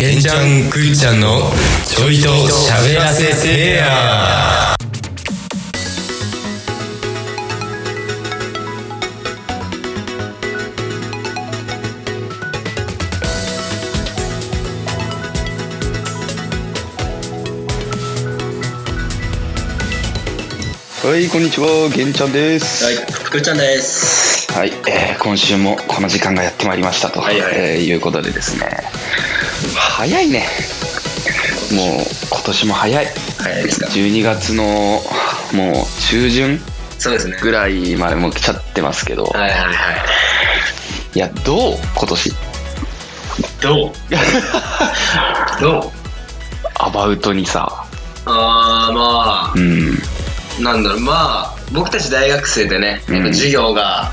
げんちゃんくっちゃんのちょいと喋らせてやはい、こんにちは、げんちゃんです。はい、福ちゃんです。はい、えー今週もこの時間がやってまいりましたと、はいはいえーいうことでですね、早いね。もう今年も早い。早いですか。 12月のもう中旬そうですね。ぐらいまでもう来ちゃってますけど、はいはいはい。いや、どう今年、 どうどうアバウトにさ、あーうん、まあ、なんだろう、まあ、僕たち大学生でね、やっうんぱ授業が、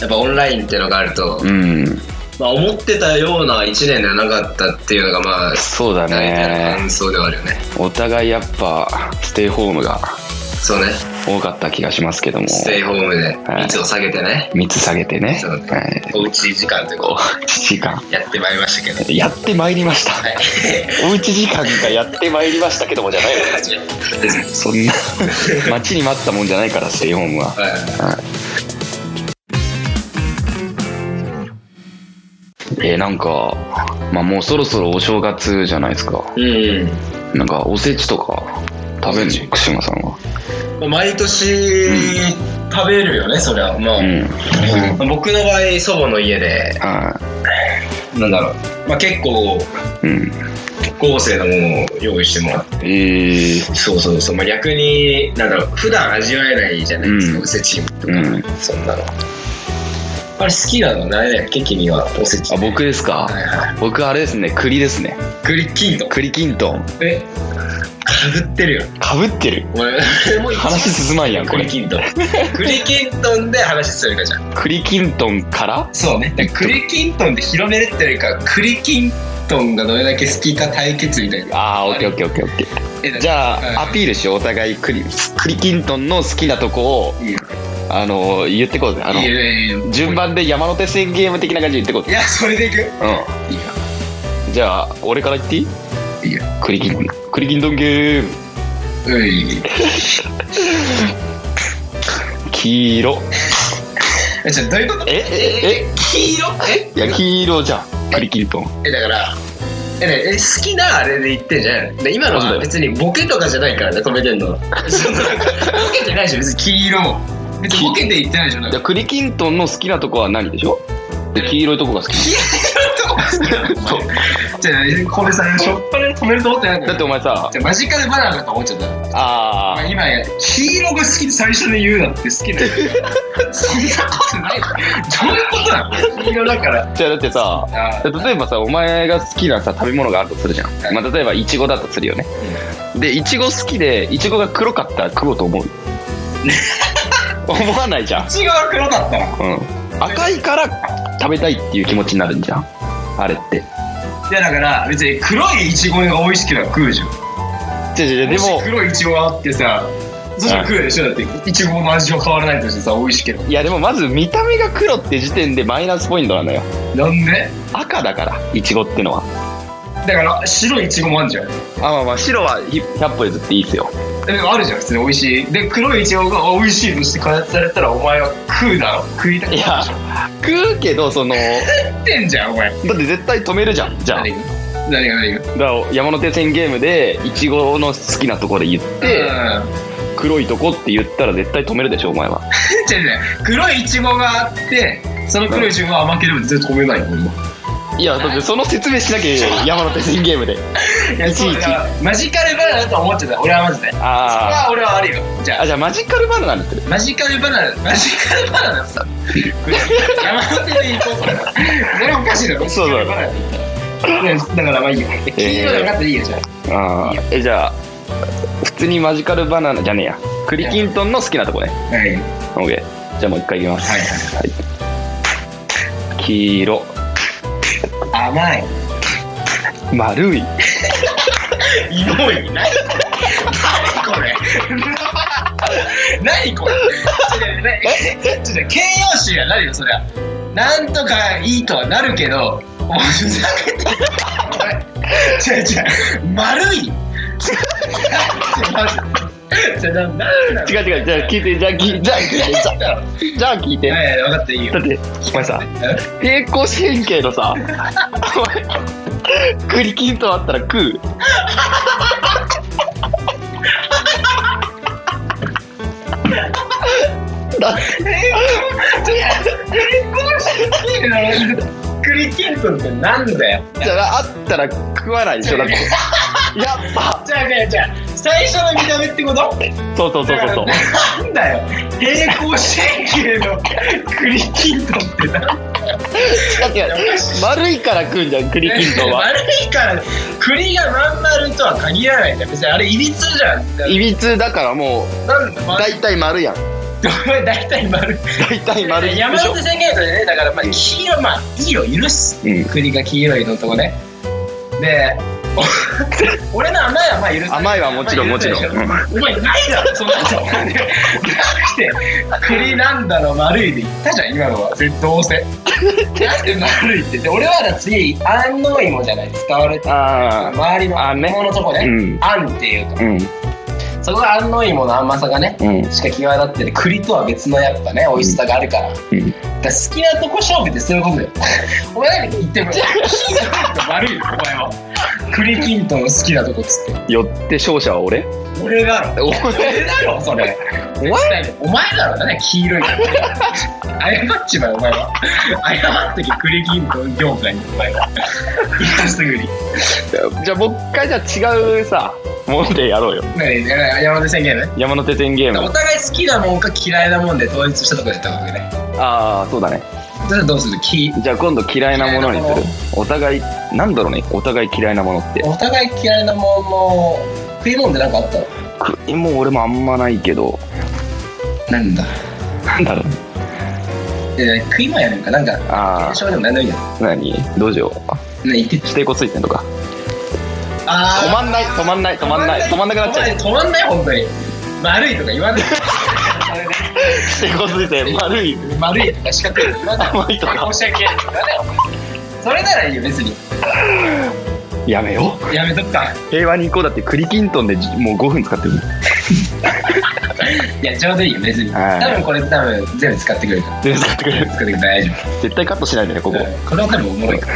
やっぱオンラインっていうのがあると、うん、まあ思ってたような1年ではなかったっていうのが、まあ、そうだ大体のね。感想ではあるよね。お互いやっぱステイホームがそうね、多かった気がしますけども、ステイホームではい率を下げてね、 3つ下げてね、そうねはいおうち時間というこ1時間。とやってまいりましたけど。はやってまいりました。い。おうち時間がやってまいりましたけどもじゃないのよそ んな待ちに待ったもんじゃないからステイホームは。はいえーなんか、まあ、もうそろそろお正月じゃないですか。 うん。なんかおせちとか食べるの串間さんは。毎年食べるよね、それはもう、うん。僕の場合祖母の家ではなんだろう、まあ、結構い。うん。豪勢なものを用意してもらってえー。そうそうそう、まあ、逆になんだろう普段味わえないじゃないですか、うんおせちとか、うんそんなのあれ好きなの何だっけ君はおせちあ、僕ですか、はいはい僕あれですね、栗ですね。栗きんと栗きんとん。えかぶってるよかぶってる。お前俺も一話進まんやん、こ栗れ。きんとん栗きんとんで話するかじゃん栗きんとんからそうね。だから栗きんとんって広めるっていうか、栗きんとんがどれだけ好きか対決みたいな。ああ、オッケーオッケーオッケーオッケー。えじゃうんあ、アピールしよう。お互い栗、栗きんとんの好きなとこを、いいよあの言ってこうぜあいいよのいいよ順番で山手線ゲーム的な感じで言ってこういぜや、それでいく。いいよ。うんじゃあ俺から言っていいいいよ。栗きん栗きんどんゲームうい。黄色え、じゃあどういうことえええ黄色えいや黄色じゃん栗きんとんえ、だから、え、ねえ好きなあれで言ってんじゃないので今のそうだよは別にボケとかじゃないからね、止めてんのは。そのなんかボケてないでしょ、別に黄色も。別にボケて言ってないでしょ、なんじゃか。あ栗きんとんの好きなとこは何でしょで黄色いとこ が好き黄色いとこそうじゃあ、これさ、しょっぱなで止めると思ってないんだだってお前さじゃあ、間近でバナナかと思っちゃった。あまあー今や黄色が好きで最初に言うなって好きだよそんなことないどういうことなの黄色だからじゃあだってさあー例えばさお前が好きなさ食べ物があるとするじゃん、まあ、例えばイチゴだとするよね、でイチゴ好きでイチゴが黒かったら食おうと 思う思わないじゃん、違う黒かったなうん、赤いから食べたいっていう気持ちになるんじゃんあれっていやだから別に黒いイチゴが美味しければ食うじゃん違う違うでもしも黒いイチゴがあってさそしたら食うでしょだってイチゴの味は変わらないとしてさ美味しければいやでもまず見た目が黒って時点でマイナスポイントなのよなんで赤だからイチゴってのはだから白いイチゴもあるじゃんあまあまあ白はひ100歩譲っていいっすよでもあるじゃん普通に美味しいで黒いイチゴが美味しいとして開発されたらお前は食うだろ食いたくないるやでしょ食うけど そのだ食ってんじゃんお前って絶対止めるじゃんじゃあ何が何が何がだから山手線ゲームでイチゴの好きなとこで言ってうん黒いとこって言ったら絶対止めるでしょお前は違う違う黒いイチゴがあってその黒いイチゴが甘ければ全然止めないもん今いやだってその説明しなきゃ 山手線ゲームでいやそうだからマジカルバナナだと思ってた俺はマジでそれあは俺はあるよじーゃああじゃあマジカルバナナにするマジカルバナナマジカルバナナさ山手で行こうそれそれおかしいだろそうだマジカルバナナだからまあいいよ黄色だからいいよじゃあああえじゃあ普通にマジカルバナナじゃねえや栗きんとんの好きなとこねはいはい OK じゃあもう一回いきますはいはい黄色甘い丸い色い何これ何これちょっとねちょっとね形容詞やなるよそりゃなんとかいいとはなるけどお前ふざけてる違う違う。丸い。違う違う。なんだ違う違う、じゃあ聞いて、じゃあ聞いて、じゃあ聞いて、じゃあ じゃあ聞いて。はいはい、分かった、いいよだっ。て、お前さ、平行四辺形のさ、お前、栗きんとんあったら食うだクリキントンってなんだよ。じゃあ、あったら食わないでしょ、だって。やっぱ、じゃあじゃあじゃあ最初の見た目ってことそうそうそうそうそう。なんだよ。平行神経のクリキントンってなんだよだって丸いから食うんじゃん、栗きんとん は。丸いから栗がまん丸とは限らないんだよ別にあれいびつじゃんいびつだからもう、なんだ丸大体丸やん。い大体丸い大体丸でし山ょ手。線ゲートでねだからまあ黄色まあいいよ許す、うん栗が黄色いのとこねでお 俺の甘いはまあ許す甘いはもちろんもちろん。うんお前ないだろそんなのなくて栗なんだの丸いで言ったじゃん今のは絶どうせなんで丸いってで俺はだ次安納芋じゃない使われてあ周りのあねこのとこあ、うね、ん。あんっていうとうん。そこが安納芋の甘さがねうん。しか際立ってて栗とは別のやっぱね美味しさがあるから,、うんだから好きなとこ勝負ってそういうことだよ お前何言 ってもい悪いよお前は栗きんとんの好きなとこっつってよって勝者は 俺俺だろお俺だろそれお前お前だろ だね黄色いから謝っちまえお前は謝ってけ栗きんとん業界にお前は今すぐにじゃあもう一回じゃあ違うさ、ものでやろうよ。何山手宣言ね山手線ゲーおム。互い好きなもんか嫌いなもんで統一したとこでやったわけねああ、そうだね。そしたらどうするきじゃあ今度嫌いなものにす嫌いなる。お互い、なんだろうね。お互い嫌いなものって。お互い嫌いなもんも食い物でなんかあったのくもう俺もあんまないけど。なんだなんだろう。え食い物やるんかなんかあ検証でも何でもいいやあ、なにどうしよう。あね言って指定骨推薦とか。あ止まんない、止まんない、止まんない、止まんなくなっちゃう。う止まんない本当に丸いとか言わ ないあれね指定骨推薦、丸い。丸いとか四角いとか言わない甘いとか申し訳ないとか言わないそれならいいよ別にやめよう。やめとくか平和に行こうだって栗きんとんでじもう5分使ってるいやちょうどいいよ別にはい多分これ多分全部使ってくれるから全然使ってくれる使ってくれる大丈夫絶対カットしないでねこここれは多分おもろいから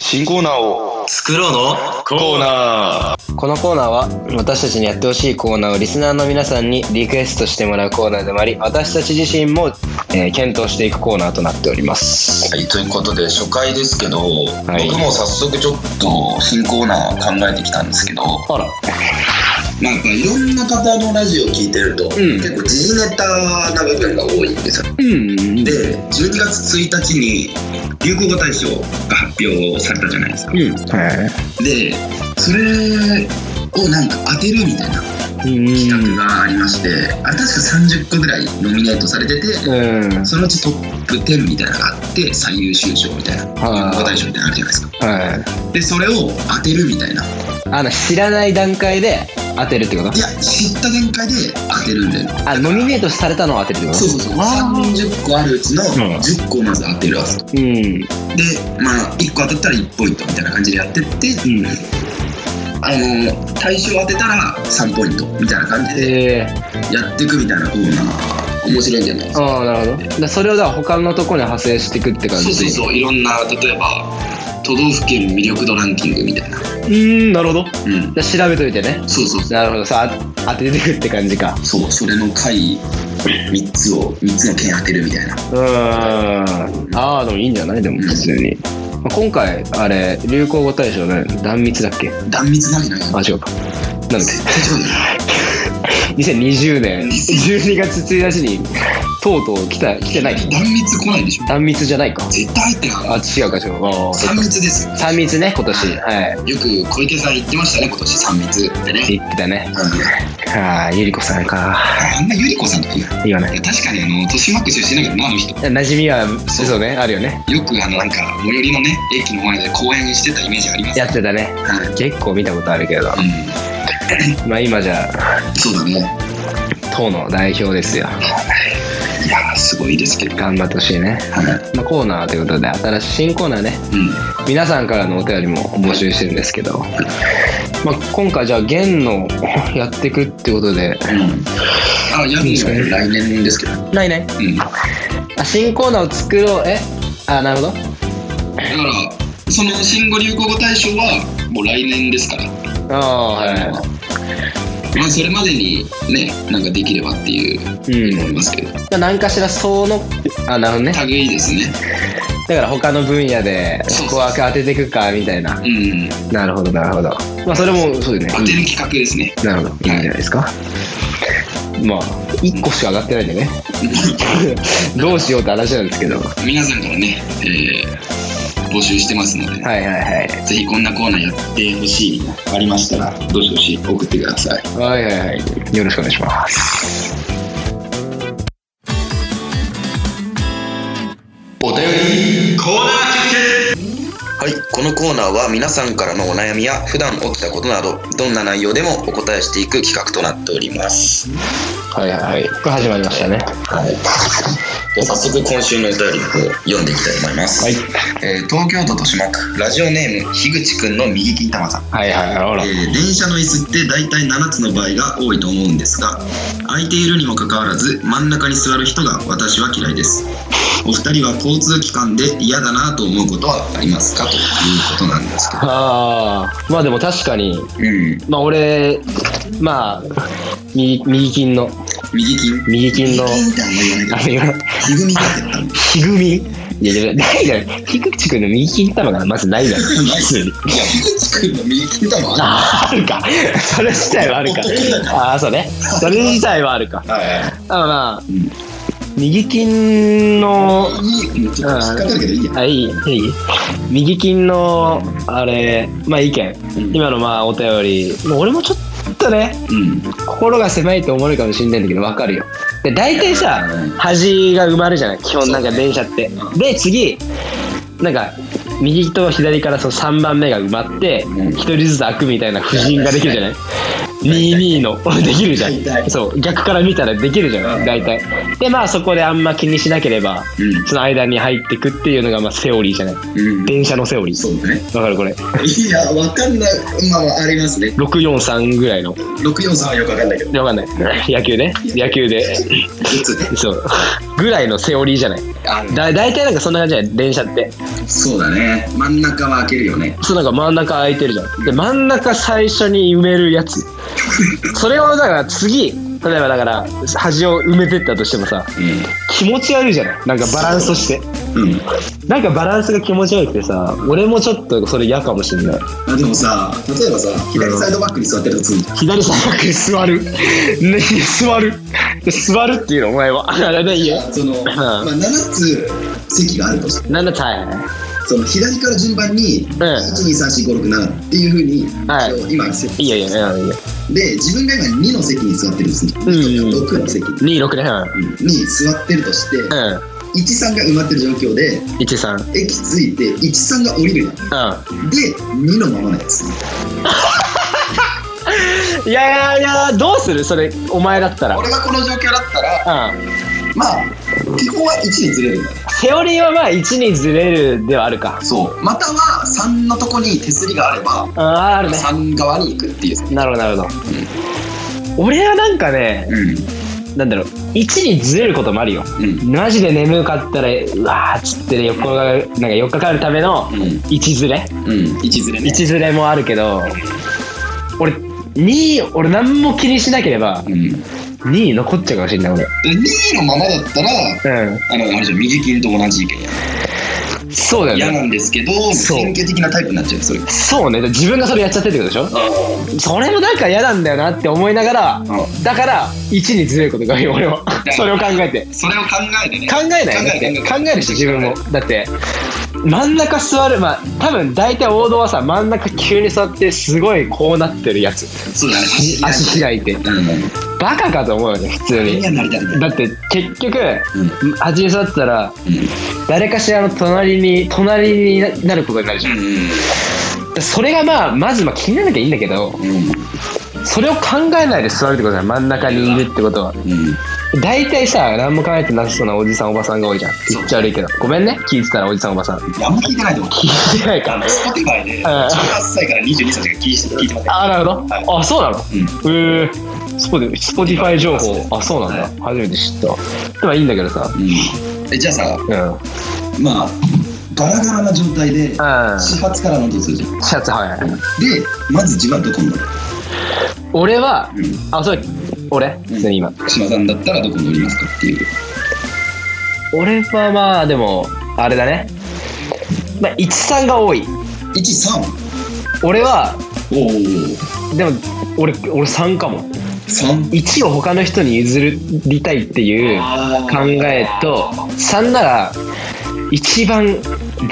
新コーナーを作ろうのコーナーこのコーナーは私たちにやってほしいコーナーをリスナーの皆さんにリクエストしてもらうコーナーでもあり私たち自身も、えー検討していくコーナーとなっておりますはい、ということで初回ですけど、い僕も早速ちょっと新コーナー考えてきたんですけどあらなんかいろんな方のラジオ聞いてると、結構時事ネタな部分が多いんですようんで12月1日に流行語大賞が発表されたじゃないですかうんでそれをなんか当てるみたいな企画がありまして、あれ確か30個ぐらいノミネートされてて、うんそのうちトップ10みたいなのがあって最優秀賞みたいな流はい行語大賞みたいなのあるじゃないですかはいでそれを当てるみたいなあの知らない段階で当てるってこといや知った段階で当てるんだよあノミネートされたのを当てるってことそうそうそう30個あるうちの10個をまず当てるはずでうんまあ1個当たったら1ポイントみたいな感じでやってって、うんあの対象当てたら3ポイントみたいな感じでえやっていくみたいなコーナー面白いんじゃないですかー、ああなるほどだからそれをだから他のところに派生していくって感じういろんな例えば都道府県魅力度ランキングみたいなうーんなるほどうんじゃあ調べといてねそうそうそうなるほどさあ当てていくって感じかそうそれの回3つを3つの件当てるみたいなうーんああでもいいんじゃないでも普通に、まあ今回あれ流行語大賞ね断密だっけ断密なわけないあ違うかなんだっ絶対そうだよけ2020年12月1日にとうとう来た来てない断密来ないでしょ断密じゃないか絶対入ってないあ違うか違うかあ3密ですよ3密ね今年はいよく小池さん言ってましたね今年3密ってね言ってたねうんああゆりこさんかあんなゆり子さんとか言うい言わないや確かにあの豊島区出身だけどなあの人馴染みはそうねあるよねよくあのなんか最寄りのね駅の前で公演してたイメージありますやってたねはい結構見たことあるけどうまあ今じゃあんそうだね党の代表ですよいやすごいですけど。頑張ってほしいね。はい。まあ、コーナーということで、新しい新コーナーね。うん。皆さんからのお便りも募集してるんですけど、まあ、今回じゃあ弦のやっていくってことでうん。あ、やるんですかね。来年ですけど。ないねうん。だかあ新コーナーを作ろうえあなるほどら、その新語・流行語大賞は、もう来年ですから。ああはいはいはまあ、それまでにね、なんかできればっていう、いうん思いますけど。まあ何かしらそのあなるほどね類ですね。だから他の分野でそうそう小枠当てていくかみたいなうん。なるほどなるほどまあそれもそうだよ当ねてる企画ですね。うんなるほどいいんじゃないですかまあ1個しか上がってないんで ねどうしようって話なんですけどは皆さんからね、えー募集してますので、いはいはいぜひこんなコーナーやってほしいみたいなのありましたら、どしどし送ってください。はいはいはい。よろしくお願いします。お便りコーナーはい、このコーナーは皆さんからのお悩みや普段起きたことなど、どんな内容でもお答えしていく企画となっております。はいはいはい。これ始まりましたね。はい。では早速今週のお便りの方を読んでいきたいと思います。はいえー東京都豊島区ラジオネーム樋口くんの右金玉さん。はいはい。ほら。えー電車の椅子って大体7つの場合が多いと思うんですが空いているにもかかわらず真ん中に座る人が私は嫌いですお二人は交通機関で嫌だなと思うことはありますかということなんですけどああ。まあでも確かに、うんまあ俺、まあ、右右金の、右金右金の、右金ってあんま言わないけどあ れが、ひぐみだって言っひぐみいやいや、ないだろ。菊池君の右金玉がまずない だろ。ないたいや樋口くんの右金玉はああるか。 それ自体はあるか男だ。ああ、そうね。それ自体はあるか。はいだからまあ、右金の、いいもうちょっと引っかかるけどいいやあいいいい右金のあれまあ意見、今のまあお便りもう俺もちょっとねうん心が狭いと思われるかもしれないんだけど分かるよで大体さうん端が埋まるじゃない基本なんか電車って、で次なんか右と左からその3番目が埋まってん一人ずつ開くみたいな布陣ができるじゃない22の できるじゃ大体んそう逆から見たらできるじゃうんん大体でまあそこであんま気にしなければうんその間に入ってくっていうのがまあセオリーじゃないうん電車のセオリーそうだねわかるこれいやわかんないまあまあありますね643ぐらいの643はよくわかんないけどわかんない野球ね野球で打つねそうぐらいのセオリーじゃないあだ大体なんかそんな感じじゃない電車って そうだね真ん中は開けるよねそうなんか真ん中空いてるじゃんで真ん中最初に埋める やつそれをだから次例えばだから端を埋めてったとしてもさ気持ち悪いじゃないなんかバランスとしてうん、なんかバランスが気持ち悪くてさ俺もちょっとそれ嫌かもしれないあでもさ例えばさ左サイドバックに座ってるとするじゃん左サイドバックに座る、 ね、座る で座るっていうのお前はあれいいよその、まあ、7つ席があるとしてなんだ大変その左から順番に、1234567っていうふうに、は一い応今セいいよいいよいいよで自分が今2の席に座ってるんですね、うんうんうん6の席26ねに座ってるとして、うんうん13が埋まってる状況で13うん駅ついて13が降りるじゃんで2のままのやついやいやいやどうするそれお前だったらう俺がこの状況だったらんまあ基本は1にずれるんだよセオリーはまあ1にずれるではあるかそうまたは3のとこに手すりがあればあああるね3側に行くっていうなるほどなるほど俺はなんかねうんなんだろう1にずれることもあるようんマジで眠かったらうわーっつってね横がなんか4日かかるためのうん1ずれうん1ずれね一ずれもあるけど俺2俺何も気にしなければうんで2残っちゃうかもしれない2のままだったら俺あのあれじゃん右金と同じ意見やうんそうだよ嫌ねなんですけどそう典型的なタイプになっちゃうそれそうね自分がそれやっちゃってるってことでしあょそれもなんか嫌なんだよなって思いながらんだから1にずれることが多い俺はそれを考えてそれを考えてね考えないよだって考え考えるし自分もだって真ん中座るまあ多分大体王道はさ真ん中急に座ってすごいこうなってるやつそうだね足開いてうんバカかと思うよね普通に嫌になりたくないだって結局、う端に座ってたらうん誰かしらの隣に隣になることになるじゃん、それがまあまずまあ気にならなきゃいいんだけどうんそれを考えないで座るってことだよ真ん中にいるってことはうんうん大体さ、何も考えてなさそうなおじさん、おばさんが多いじゃん。言っちゃ悪いけど。ごめんね、聞いてたらおじさん、おばさん。聞い何も聞いてないと思う。てないあか。の、スポティファイで、ん18歳から22歳しか聞いて聞いてません。あ、なるほはいど。あ、そうなんのへえスポティ、スポティファイ情報。あ、そうなんだ。初めて知った。でもいいんだけどさ。うん。え、じゃあさ、うん。うん。まあ、ガラガラな状態で、始シ発からのどうするじゃん。で、ャツ、はい。まず自分はどこに乗る俺は、うあ、それ、俺普通に今。ん。島さんだったらどこに乗りますかっていう。俺はまあ、でも、あれだね。まあ、13が多い。 1、3。俺は、おお。でも、俺、俺3かも。 3。 1を他の人に譲りたいっていう考えと3なら一番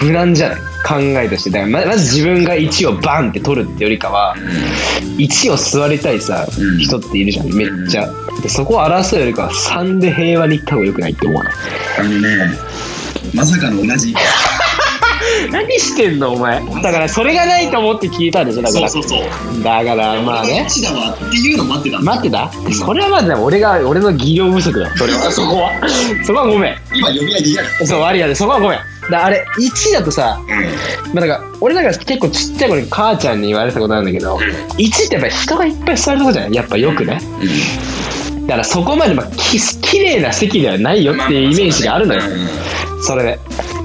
無難じゃない考えとしてだからままず自分が1をバンって取るってよりかは1を座りたいさうん人っているじゃんめっちゃでそこを争うよりかは3で平和に行った方がよくないって思わないあのね、まさかの同じ。 何してんのお前だからそれがないと思って聞いたんでしょだからうそう。だからまあね1だわっていうの待ってたんだ待ってたそれはまず俺が俺の技量不足だそれはそこは そこはごめん今読み上げできなかっそう、割りやで、そこはごめん。だあれ、1位だとさ、まあ、なんか俺なんか結構ちっちゃい頃に母ちゃんに言われたことなんだけど、1位ってやっぱ人がいっぱい座るとこじゃないやっぱよくね。だからそこまで、まあ、き綺麗な席ではないよっていうイメージがあるのよ。それで。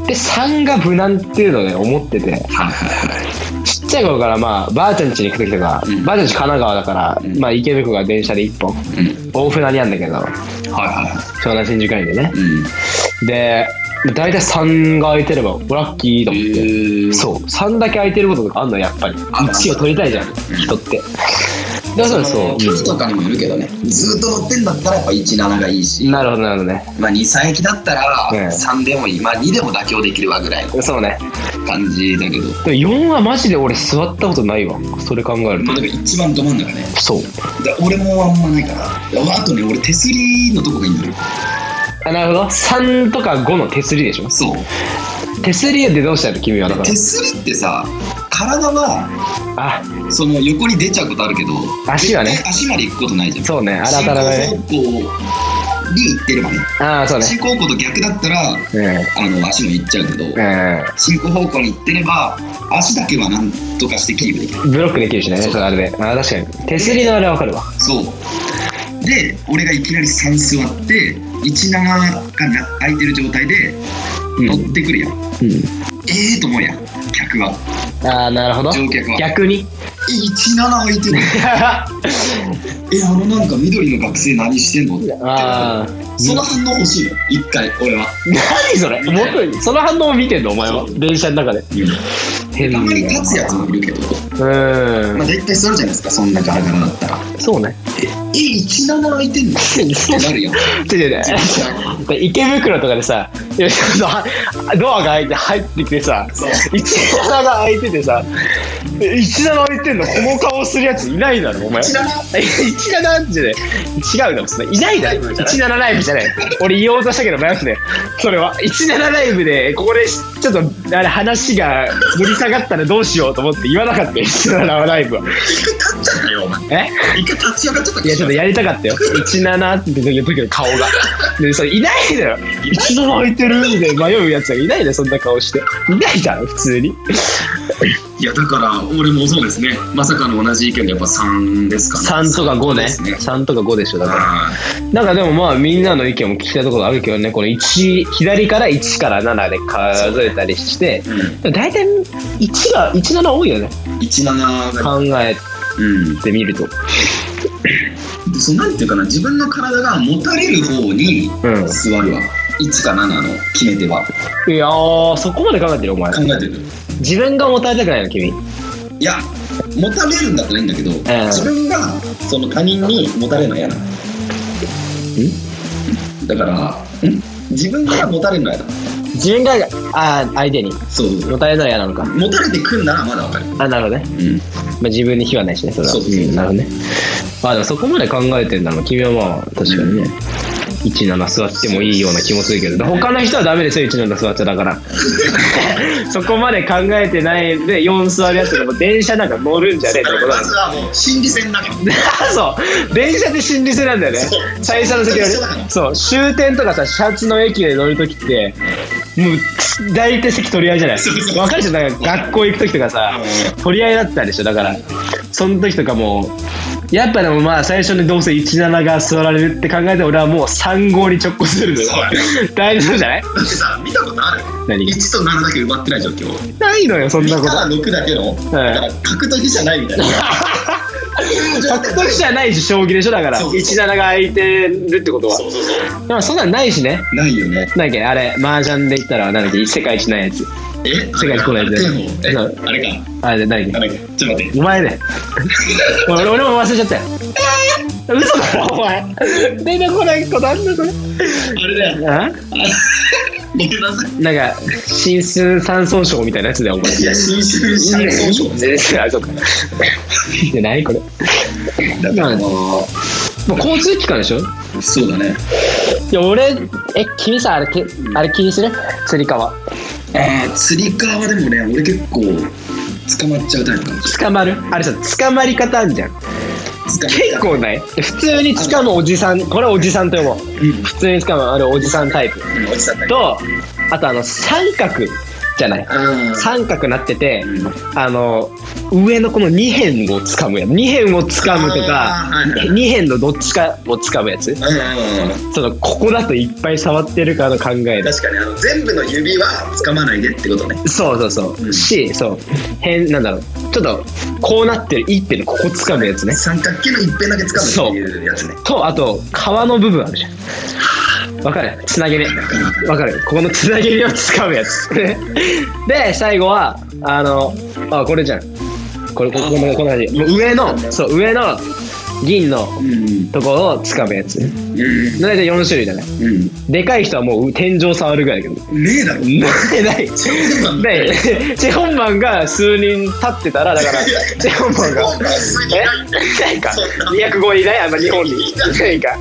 で、3が無難っていうのをね、思ってて、た。はいはいはい。ちっちゃい頃からまあ、ばあちゃん家に行く時とか、んばあちゃん家神奈川だから、んまあ池袋が電車で1本、うん大船にあるんだけど、はいは湘南新宿ラインでね。い。うん。で、大体3が空いてれば、ラッキーと思って。えーそう3だけ空いてることとかあんのやっぱりあんの1を取りたいじゃん人ってだからそう距離とかにもよるけどね、ずっと乗ってんだったらやっぱ17がいいし、なるほどなるほどねまあ、23駅だったらうん3でもいい、まあ、2でも妥協できるわぐらいのそうね感じだけど、でも4はマジで俺座ったことないわそれ考えるまあ、だから一番ど真ん中ねとそうだ俺もあんまないからあとね俺手すりのとこがいいんだよあなるほど3とか5の手すりでしょそう手すりでどうしたの君はだか手すりってさ体はらあその横に出ちゃうことあるけど足はね絶対足まで行くことないじゃんそうねあらたら進行ね方向に行ってればねああそうね進行方向と逆だったらうあの足も行っちゃうけど、ん進行方向に行ってれば足だけはなんとかしてキープできるうんブロックできるしねそうそれあれでああ確かに手すりのあれはわかるわそうで俺がいきなり3座って17がな空いてる状態でうん乗ってくるやん、ええと思うやん客はああなるほど乗客は逆にえ17空いてる のえあのなんか緑の学生何してんのってああその反応欲しいの一回俺は何それもうその反応を見てんのお前は電車の中で変たなまに立つやつもいるけど、うまあ、大体座るじゃないですかそんなガラガラだったらんそうねえ17空いてんのってなるやん違う違う違う池袋とかでさいやそのはドアが開いて入ってきてさ17が開いててさえ17開いてんのこの顔するやつい ないだろお前17じゃね違うだろそれいないだろ17ライブじゃない俺言おうとしたけど迷ってねそれは17ライブでここでちょっとあれ話が盛り下がったらどうしようと思って言わなかったよ17ライブは立っちゃったよお前え一回立ち上がっちゃったいやちょっとやりたかったよ17って時の顔がでそれいないだよ17空いてるんで迷うやつがいないだよそんな顔していないだろ普通にいやだから俺もそうですねまさかの同じ意見でやっぱ3ですかね3とか5ねですね3とか5でしょだからはなんかでもまあみんなの意見も聞きたいところあるけどねこの1左から1から7で数えたりしてい、うん、でも大体1が17多いよね17が考えうてみるとんでそうなんていうかな自分の体が持たれる方にうん座るわ、1か7の決め手はいやーそこまで考えてるお前考えてる自分が持たれたくないの君いや持たれるんだったらいいんだけど、自分がその他人に持たれるのは嫌なのだからん自分から持たれるのは嫌だ自分があー相手にそうそう持たれたら嫌なのか持たれてくるならまだわかるあなるほどね、うんまあ、自分に非はないしねそれはそうそうそうんなるほどねまあでもそこまで考えてんだろう君はまあ確かにね、 17座ってもいいような気もするけど他の人はダメですよ17座っちゃだから そこまで考えてないで4座るやつでも電車なんか乗るんじゃねえってことなまんずはもう心理戦だから そう電車って心理性なんだよねそう最初の席そうなはねのそう終点とかさシャツの駅で乗るときってもう大体席取り合いじゃないそうそう分かるじゃんなんか学校行くときとかさ取り合いだったでしょだからその時とかもうやっぱでもまあ最初にどうせ17が座られるって考えて俺はもう3号に直行するのよそうだ大丈夫じゃないだってさ見たことある何1と7だけ奪ってない状況ないのよそんな2こからと6だけのだから格闘技じゃないみたいな 格闘技じゃないし将棋でしょだからそうそう17が空いてるってことはそうそうそでもそんなんないしねうないよねなんだっけあれ、麻雀で言ったら、なんだっけ、世界一ないやつ。え世界一来ないやつねえそうあれかあれ、なんだあっれかちょっと待ってけ。お前だ よ。俺俺も忘れちゃったよ。嘘だろ、お前。出てこないことあんだ、これ。あれだよあごめんなさいなんか、新春三尊賞みたいなやつだよ、お前。いや新春三尊賞全然、あ、そうか。で、何これ。だからももう交通機関でしょいうそうだねや、俺、え、君さ、あれ、けあれ気にするつり革。ああ釣り革はでもね俺結構捕まっちゃうタイプかもし捕まるあれさ、捕まり方あんじゃん。れない結構ない普通に掴むおじさんこれはおじさんと呼ぼう普通に掴むあれおじさんタイプうんおじさんだけとあとあの三角じゃないあー三角なっててうんあの上のこの2辺を掴むやつ2辺を掴むとかあーはいはい2辺のどっちかを掴むやつうんうんうんそのここだといっぱい触ってるからの考えで確かにあの全部の指は掴まないでってことねそうそうそう、うんしそう変なんだろうちょっとこうなってる一辺のここ掴むやつね三角形の一辺だけ掴むっていうやつねとあと皮の部分あるじゃんわかるつなぎ目わかるここのつなぎ目を掴むやつ で最後はあのあこれじゃんこれここのこの感じもう上のそう上の銀のうんところを掴むやつうん大体4種類だねうんでかい人はもう天井触るぐらいだけどねえだろないないでチェホンマンが数人立ってたらだからチェホンマンがえなんか205いないあんま日本になんか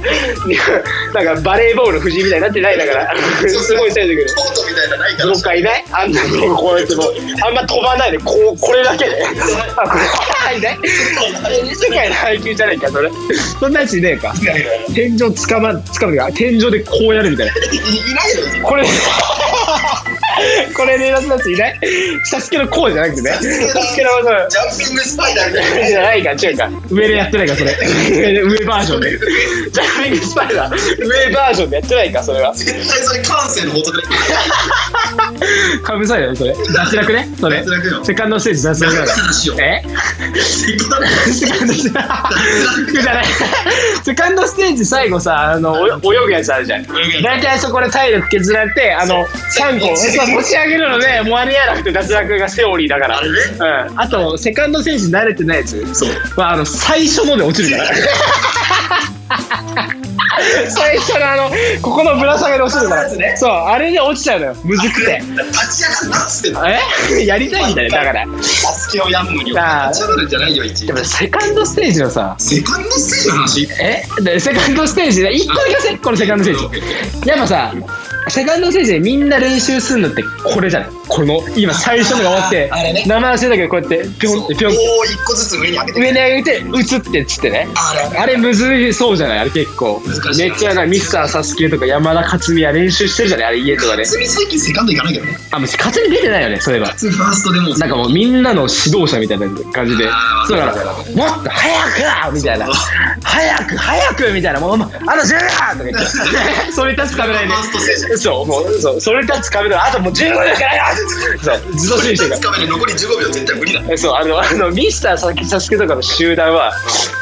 なんかバレーボールの藤井みたいになってないだからすごいサイズがコートみたいなのないかどらっかいないあんなにこうやってもあんま飛ばないでこうこれだけであこれいない世界の配球じゃないかそれそんなやついねえか天井つかまつかむか天井でこうやるみたいないないよこれ これで出すやついないサスケのこうじゃなくてねサスケの技ジャンピングスパイダーみたいなじゃないか、違うか。上でやってないか、それ。上で上バージョンで。ジャンピングスパイダー、上バージョンでやってないか、それは。絶対それ感性の法則でかぶさいだね、それ。脱落ね、それ脱落よ。セカンドステージ脱落だから。話をえ セカンドステージじゃないセカンドステージ最後さあのお泳ぐやつあるじゃん大体そこで体力削られてあの3個 そう持ち上げるので間に合わなくて脱落がセオリーだからあれねうん、あとセカンドステージ慣れてないやつそうまあ、あの最初ので落ちるから 最初のあのここのぶら下げで落ちるから、そうあれで落ちちゃうのよむずく て立ち上がるなっつってんのえ やりたいんだよだからサスケをやんのにあー立ち上がるんじゃないよ一でもセカンドステージのさセカンドステージの話えでセカンドステージで1個だけせこのセカンドステージやっぱさセカンドステージでみんな練習するのってこれじゃないこの今最初のが終わってあーあれね名前忘れたけどこうやってピョンってピョンっもてう一個ずつ上に上げて上に上げて打つってっつってねあれあれむずいそうじゃないあれ結構難しいめっちゃなミスターサスケとか山田勝美は練習してるじゃないあれ家とかで別に最近セカンドいかないけどねあもう勝ちに出てないよねそういえば普通ファーストでもうなんかもうみんなの指導者みたいな感じであーそうだわかかるらわかもっと早くみたいな早く早くみたいなもうもうあと10秒とか言って それ立つカメラファーストステーでそうもうそうそれ立つカメラあともう15秒しかないよそうずっと注意してるからつかめる残り15秒絶対無理だえそうあのあのミスターサキサスケとかの集団は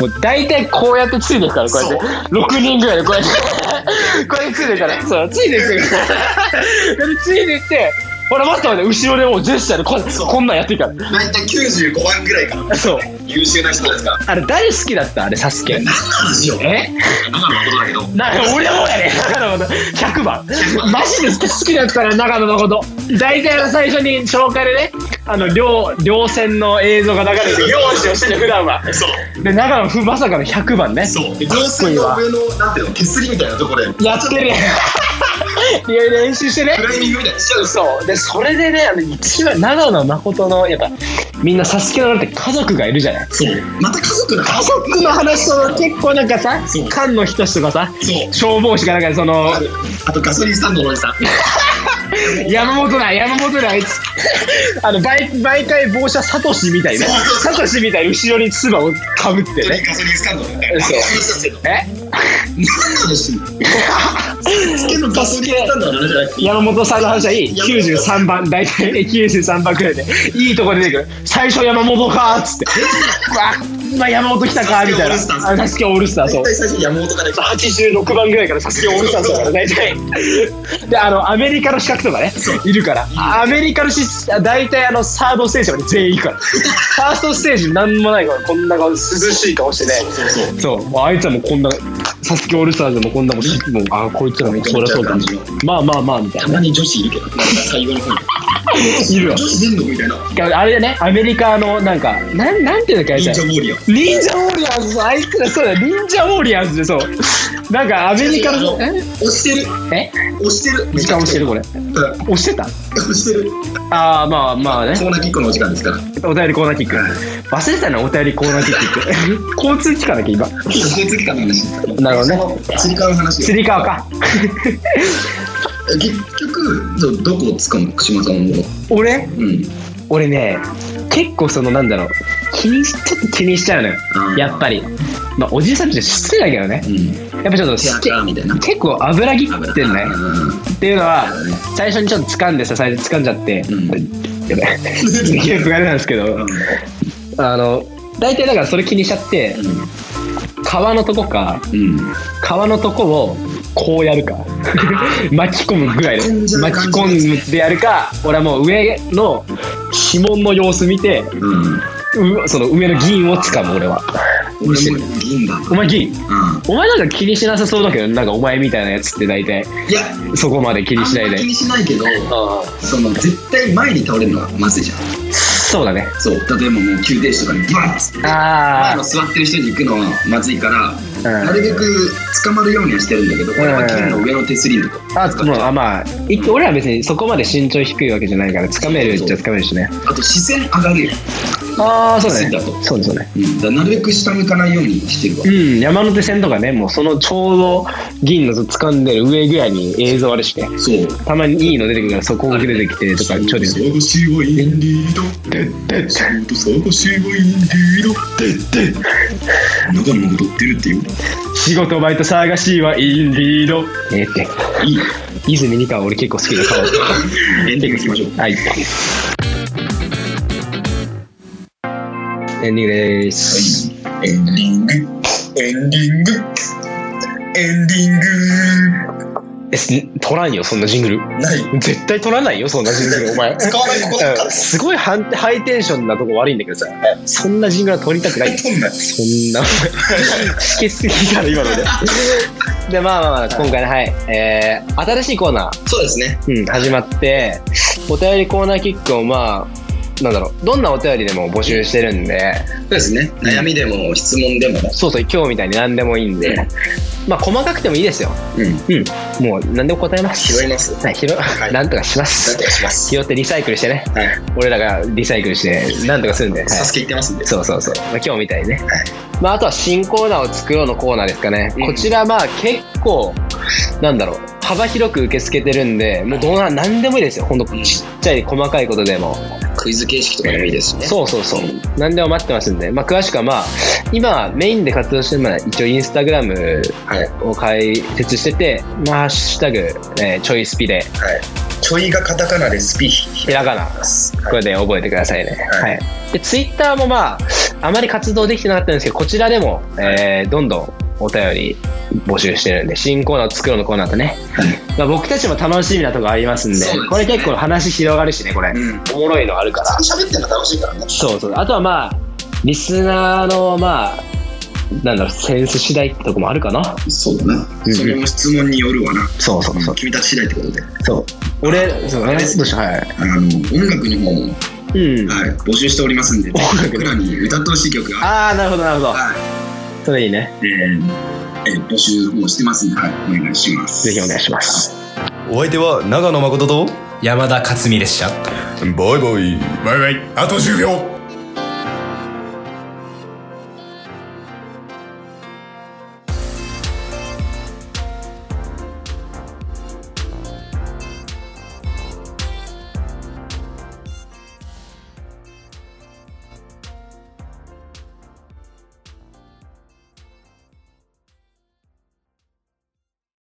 もう大体こうやってついてるからこうやって6人ぐらいで こうやってこうやってついてるからそうついてるからでついていってほら、待って待って、後ろでもうジェスチャーでこんこんなんやってるから。大体95番ぐらいかなそう。優秀な人ですからあれ、誰好きだったあれ、サスケ。何の話よえ長野誠だけどな俺もやね長野のこと100番マジで好きだったら長野のこと大体の最初に紹介でねあの両両線の映像が流れて漁師をしてる普段はそうで長野ふまさかの100番ねそうで上水の上のなんていうの手すりみたいなところでやってるやんいろいろ練習してねクライミングみたいにしちゃうそうでそれでねあの一番長野誠のやっぱみんなサスケのだって家族がいるじゃないそうまた家族の家話族の話と結構なんかさそう菅野仁とかさそう消防士がなんかそのあるあとガソリンスタンドのおじさん山本だ山本だあいつ あの毎毎回帽子はサトシみたいなそうそうそサうトシみたいに後ろに唾をかぶってねガソリンスタンドのおじさんそうえ何の話つけのガソリンスタンドの話じゃなくて山本さんの話はいい山本93番大体93番くらいでいいとこ出てくる最初山本かーっつって うわ今山本来たかーみたいなサスケオールスターあサスケオールスターそう絶対最初に山本から来た86番ぐらいからサスケオールスターズだから大体であのアメリカの資格とかねいるからアメリカのし大体あのサードステージまで全員行くからファーストステージなんもないからこんな顔涼しい顔してねそうそうそうもうあいつらもこんなサスケオールスターズもこんなもんしもうあこいつらもそりゃそうだなまあまあまあみたいたなまに女子いるけどなんか最後の方にいるわ女子出んのみたいなあれだねアメリカのなんかなんなんていうんだっけあいつ忍者らウォーリアー忍者ウォリアーズあいつらそうだ忍者ウォリアーズでそうなんかアメリカあのの押してるえ押してる時間押してるこれうん押してた押してるああまあまあねコーナーキックのお時間ですからお便りコーナーキック忘れてたなお便りコーナーキックって 交通機関だっけ今交通機関の話ですなるほどねつり革の話つり革か結局どどこをつかむ串間さんも俺うん俺ね結構そのなんだろう気にしちょっと気にしちゃうのよあーやっぱりまあおじいさんって失礼だけどねうんやっぱちょっと手すけ垢みたいな結構油切ってんねうんっていうのはそうだね最初にちょっと掴んでさ最初掴んじゃって、うんやばい 記憶があれなんですけどあの大体だからそれ気にしちゃって皮のとこかうんうん皮のとこをこうやるか 巻き込むぐらいで巻き込ん巻じゃう感じき込んでやるか俺はもう上の指紋の様子見てうんうその上の銀を掴む俺は俺も銀だお前銀うんお前なんか気にしなさそうだけどなんかお前みたいなやつって大体いやそこまで気あんにしないまで気にしないけどあその絶対前に倒れるのがまずいじゃんそうだねそう例えばもう急停止とかにバンッつって前あの座ってる人に行くのはまずいからあ、うんなるべく捕まるようにはしてるんだけど俺は剣の上の手すりのとこあもうあまあい俺は別にそこまで身長低いわけじゃないから掴めるっちゃ掴めるしねあと視線上がるよ、ああそうだついねたとそうですよねうん、だからなるべく下向かないようにしてるわうん山手線とかねもうそのちょうど銀の掴んでる上ぐらいに映像あるしねそうたまにいいの出てくるからそこが出てきてとかちょいちょい探しはインディードでで仕事探しはインディードでで中野誠ってるってよ仕事バイト探しはインディードええっていい泉二課は俺結構好きだから エンディングいきましょうはいエンディングでーす、エンディングエンディングエンディングえす取らんよそんなジングルない絶対取らないよそんなジングル お前使わないここだからすごいハンハイテンションなとこ悪いんだけどさ、そんなジングルは取りたくない。そんんな な、しけすぎだろ、今ので。で、まあまあまあ、今回ね、はい、えー、新しいコーナそうですねー、うん、始まって、お便りコーナーキックをまあ、なんだろう、どんなお便りでも募集してるんで、そうですね悩みでも質問でもそうそう、今日みたいに何でもいいんで、まあ、細かくてもいいですよ。うんうん。もう、何でも答えます。拾いますはい、拾う、はいなんとかします。なんとかします拾ってリサイクルしてね。はい俺らがリサイクルして、なんとかするんで。はいサスケ言ってますんでそうそうそう。まあ、今日みたいにね。はいまあ、あとは新コーナーを作ろうのコーナーですかね。うんこちら、まあ、結構、なんだろう、幅広く受け付けてるんで、もうどうな、なんでもいいですよ。ほんと、ちんっちゃい細かいことでも。クイズ形式とかでもいいですしねそうそうそう。なんでも待ってますんで。まあ、詳しくはまあ、今、メインで活動してるのは、一応、インスタグラムはいを開設してて、まあ、ハッシュタグ、えーちょいスピで、はいちょいがカタカナでスピひらがな。はこれで覚えてくださいね。は。はいで、ツイッターもまあ、あまり活動できてなかったんですけど、こちらでも、えーどんどんお便り募集してるんで、新コーナー作ろうのコーナーとね、まあ、僕たちも楽しみなとこありますんで、そうですねこれ結構話広がるしね、これ。うん。おもろいのあるから。喋ってるの楽しいからね。そうそう。あとはまあ、リスナーの、まあ、なんだろう、センス次第ってとこもあるかな。そうだな。うんそれも質問によるわな。そうそうそう。君たち次第ってことで。そう。俺、そう、ね、どうしようはい。あの、音楽の方も、うん。はい、募集しておりますんで、音楽僕らに歌ってほしい曲があああ、なるほど、なるほどれ。ば、それいいね。えーえー募集もしてますんで、はい、お願いします。ぜひお願いします。お相手は長野誠と山田勝美でしたバイバイバイバイあと10秒